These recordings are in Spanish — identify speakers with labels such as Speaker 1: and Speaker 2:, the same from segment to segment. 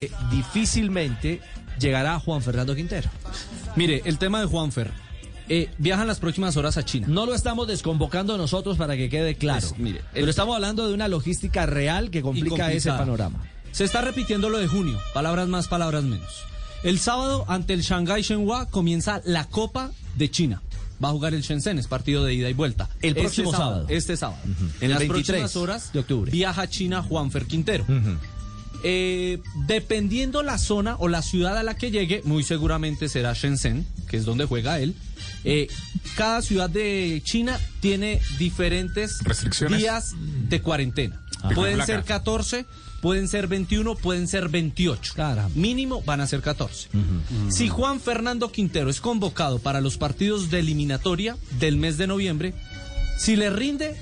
Speaker 1: eh, difícilmente llegará Juan Fernando Quintero.
Speaker 2: Mire, el tema de Juanfer. eh, viajan las próximas horas a China.
Speaker 1: No lo estamos desconvocando nosotros para que quede claro.
Speaker 2: Pues, mire, el-
Speaker 1: pero estamos hablando de una logística real que complica
Speaker 2: complicada.
Speaker 1: ese panorama.
Speaker 2: Se está repitiendo lo de junio. Palabras más, palabras menos. El sábado, ante el Shanghai Shenhua, comienza la Copa de China. Va a jugar el Shenzhen, es partido de ida y vuelta.
Speaker 1: El
Speaker 2: Este
Speaker 1: próximo sábado.
Speaker 2: Este sábado.
Speaker 1: El
Speaker 2: En las
Speaker 1: 23
Speaker 2: próximas horas
Speaker 1: de octubre.
Speaker 2: Viaja a China Juanfer Quintero. Eh, dependiendo la zona o la ciudad a la que llegue, muy seguramente será Shenzhen, que es donde juega él. eh, cada ciudad de China tiene diferentes
Speaker 3: Restricciones.
Speaker 2: días de cuarentena.
Speaker 1: Ah.
Speaker 3: Ajá.
Speaker 2: Pueden ser
Speaker 3: Placa.
Speaker 2: 14, pueden ser 21, pueden ser 28.
Speaker 1: Caramba.
Speaker 2: Mínimo van a ser 14. Si Juan Fernando Quintero es convocado para los partidos de eliminatoria del mes de noviembre, si le rinde,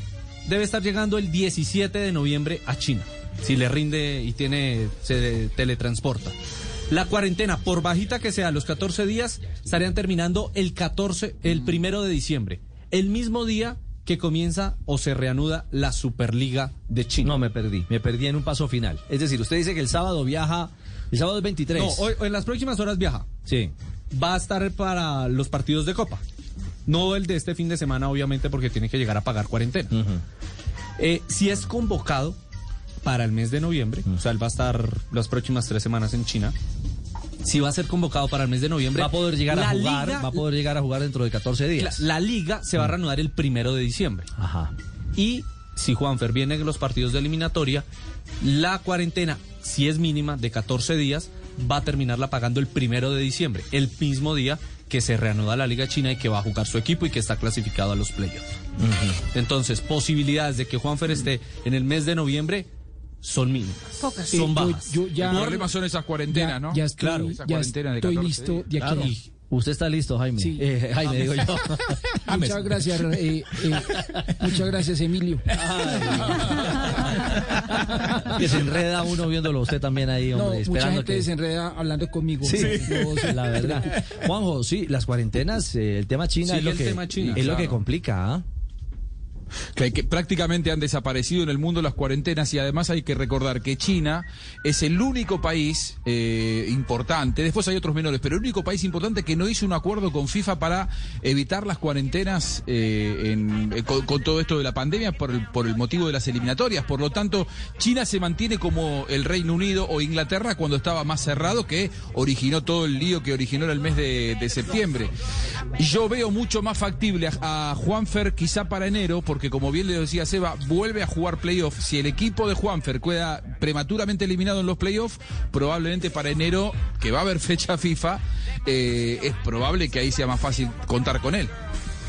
Speaker 2: debe estar llegando el 17 de noviembre a China. Si le rinde y tiene se teletransporta. La cuarentena, por bajita que sea, los 14 días estarían terminando el 14, el primero de diciembre, el mismo día que comienza o se reanuda la Superliga de China.
Speaker 1: No, me perdí. Me perdí en un paso final. Es decir, usted dice que el sábado viaja. El sábado es 23.
Speaker 2: No, hoy- en las próximas horas viaja.
Speaker 1: Sí.
Speaker 2: va a estar para los partidos de Copa. No el de este fin de semana, obviamente, porque tiene que llegar a pagar cuarentena. Eh, si es convocado para el mes de noviembre, o sea, él va a estar las próximas tres semanas en China. Si va a ser convocado para el mes de noviembre,
Speaker 1: Va a poder llegar
Speaker 2: la
Speaker 1: a jugar.
Speaker 2: liga-
Speaker 1: va a poder llegar a jugar dentro de 14
Speaker 2: la,
Speaker 1: días.
Speaker 2: la liga se va a reanudar el primero de diciembre.
Speaker 1: Ajá.
Speaker 2: Y si Juanfer viene en los partidos de eliminatoria, la cuarentena, si es mínima, de 14 días, va a terminarla pagando el primero de diciembre, el mismo día que se reanuda la Liga China y que va a jugar su equipo y que está clasificado a los playoffs. Entonces, posibilidades de que Juanfer esté en el mes de noviembre son mínimas.
Speaker 4: Pocas.
Speaker 2: Son
Speaker 5: Eh, yo-
Speaker 2: bajas.
Speaker 5: yo ya-
Speaker 3: El problema son esas cuarentenas,
Speaker 5: ya,
Speaker 3: ¿no?
Speaker 5: ya estoy,
Speaker 3: Claro, esa
Speaker 5: ya
Speaker 3: cuarentena de
Speaker 5: estoy
Speaker 3: 14
Speaker 5: listo
Speaker 3: días.
Speaker 5: de aquí.
Speaker 1: Y usted está listo, Jaime.
Speaker 5: Sí.
Speaker 1: Eh, Jaime, digo yo.
Speaker 5: Muchas gracias, eh, eh, muchas gracias, Emilio.
Speaker 1: que se enreda uno viéndolo a usted también ahí,
Speaker 5: No,
Speaker 1: hombre.
Speaker 5: mucha
Speaker 1: esperando
Speaker 5: gente
Speaker 1: que...
Speaker 5: desenreda hablando conmigo.
Speaker 1: Sí,
Speaker 5: No, sí,
Speaker 1: la verdad. Juanjo, sí, las cuarentenas, eh, el tema China
Speaker 2: Sí,
Speaker 1: es lo
Speaker 2: el
Speaker 1: que
Speaker 2: tema China,
Speaker 1: es lo que
Speaker 3: claro.
Speaker 1: complica, ¿ah?
Speaker 3: Que, que prácticamente han desaparecido en el mundo las cuarentenas y además hay que recordar que China es el único país eh, importante, después hay otros menores, pero el único país importante que no hizo un acuerdo con FIFA para evitar las cuarentenas eh, en- eh, con, con todo esto de la pandemia por el, por el motivo de las eliminatorias. Por lo tanto, China se mantiene como el Reino Unido o Inglaterra cuando estaba más cerrado, que originó todo el lío que originó en el mes de, de septiembre. Yo veo mucho más factible a, a Juanfer quizá para enero, porque como bien le decía Seba, vuelve a jugar playoff. Si el equipo de Juanfer queda prematuramente eliminado en los playoffs, probablemente para enero, que va a haber fecha FIFA, eh, es probable que ahí sea más fácil contar con él.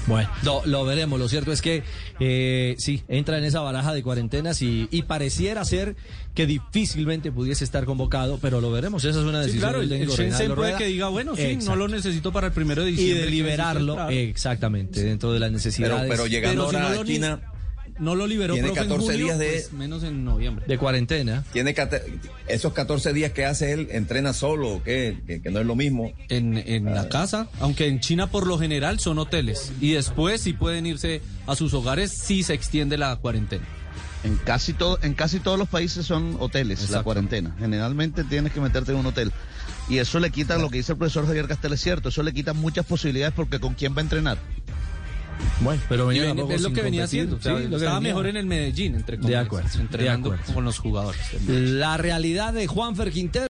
Speaker 1: Bueno, lo, lo veremos. Lo cierto es que eh, sí, entra en esa baraja de cuarentenas y, y pareciera ser que difícilmente pudiese estar convocado, pero lo veremos. Esa es una
Speaker 2: Sí,
Speaker 1: decisión
Speaker 2: claro, el,
Speaker 1: del
Speaker 2: el
Speaker 1: técnico
Speaker 2: Shenzhen
Speaker 1: Reinaldo
Speaker 2: puede
Speaker 1: Rueda.
Speaker 2: que diga, bueno, sí,
Speaker 1: Exacto.
Speaker 2: no lo necesito para el primero de
Speaker 1: y eh,
Speaker 2: diciembre.
Speaker 1: de liberarlo,
Speaker 2: Claro.
Speaker 1: exactamente, dentro de las
Speaker 6: Pero,
Speaker 1: necesidades
Speaker 6: pero llegando
Speaker 2: Pero si
Speaker 6: ahora
Speaker 2: no
Speaker 6: a
Speaker 2: lo ni-
Speaker 6: China,
Speaker 2: No lo liberó,
Speaker 6: Tiene
Speaker 2: profe, en
Speaker 6: 14
Speaker 2: junio,
Speaker 6: días de-
Speaker 2: pues, menos en noviembre.
Speaker 1: de cuarentena.
Speaker 6: tiene cate- esos 14 días que hace él, entrena solo, que, que, que no es lo mismo.
Speaker 2: En, en la casa, aunque en China por lo general son hoteles. Y después sí pueden irse a sus hogares si se extiende la cuarentena.
Speaker 7: En casi, todo, en casi todos los países son hoteles
Speaker 2: Exacto.
Speaker 7: la cuarentena. Generalmente tienes que meterte en un hotel. Y eso le quita lo que dice el profesor Javier Castel, es cierto. Eso le quita muchas posibilidades porque ¿con quién va a entrenar?
Speaker 1: Bueno, pero
Speaker 2: Y
Speaker 1: venía
Speaker 2: ven-
Speaker 1: tampoco
Speaker 2: es lo
Speaker 1: sin
Speaker 2: que venía
Speaker 1: competir.
Speaker 2: haciendo. o sea,
Speaker 1: Sí, lo que
Speaker 2: estaba
Speaker 1: venía.
Speaker 2: mejor en el Medellín, entre comillas,
Speaker 1: acuerdo, de
Speaker 2: entrenando
Speaker 1: acuerdo.
Speaker 2: con los jugadores.
Speaker 1: La realidad de Juanfer Quintero.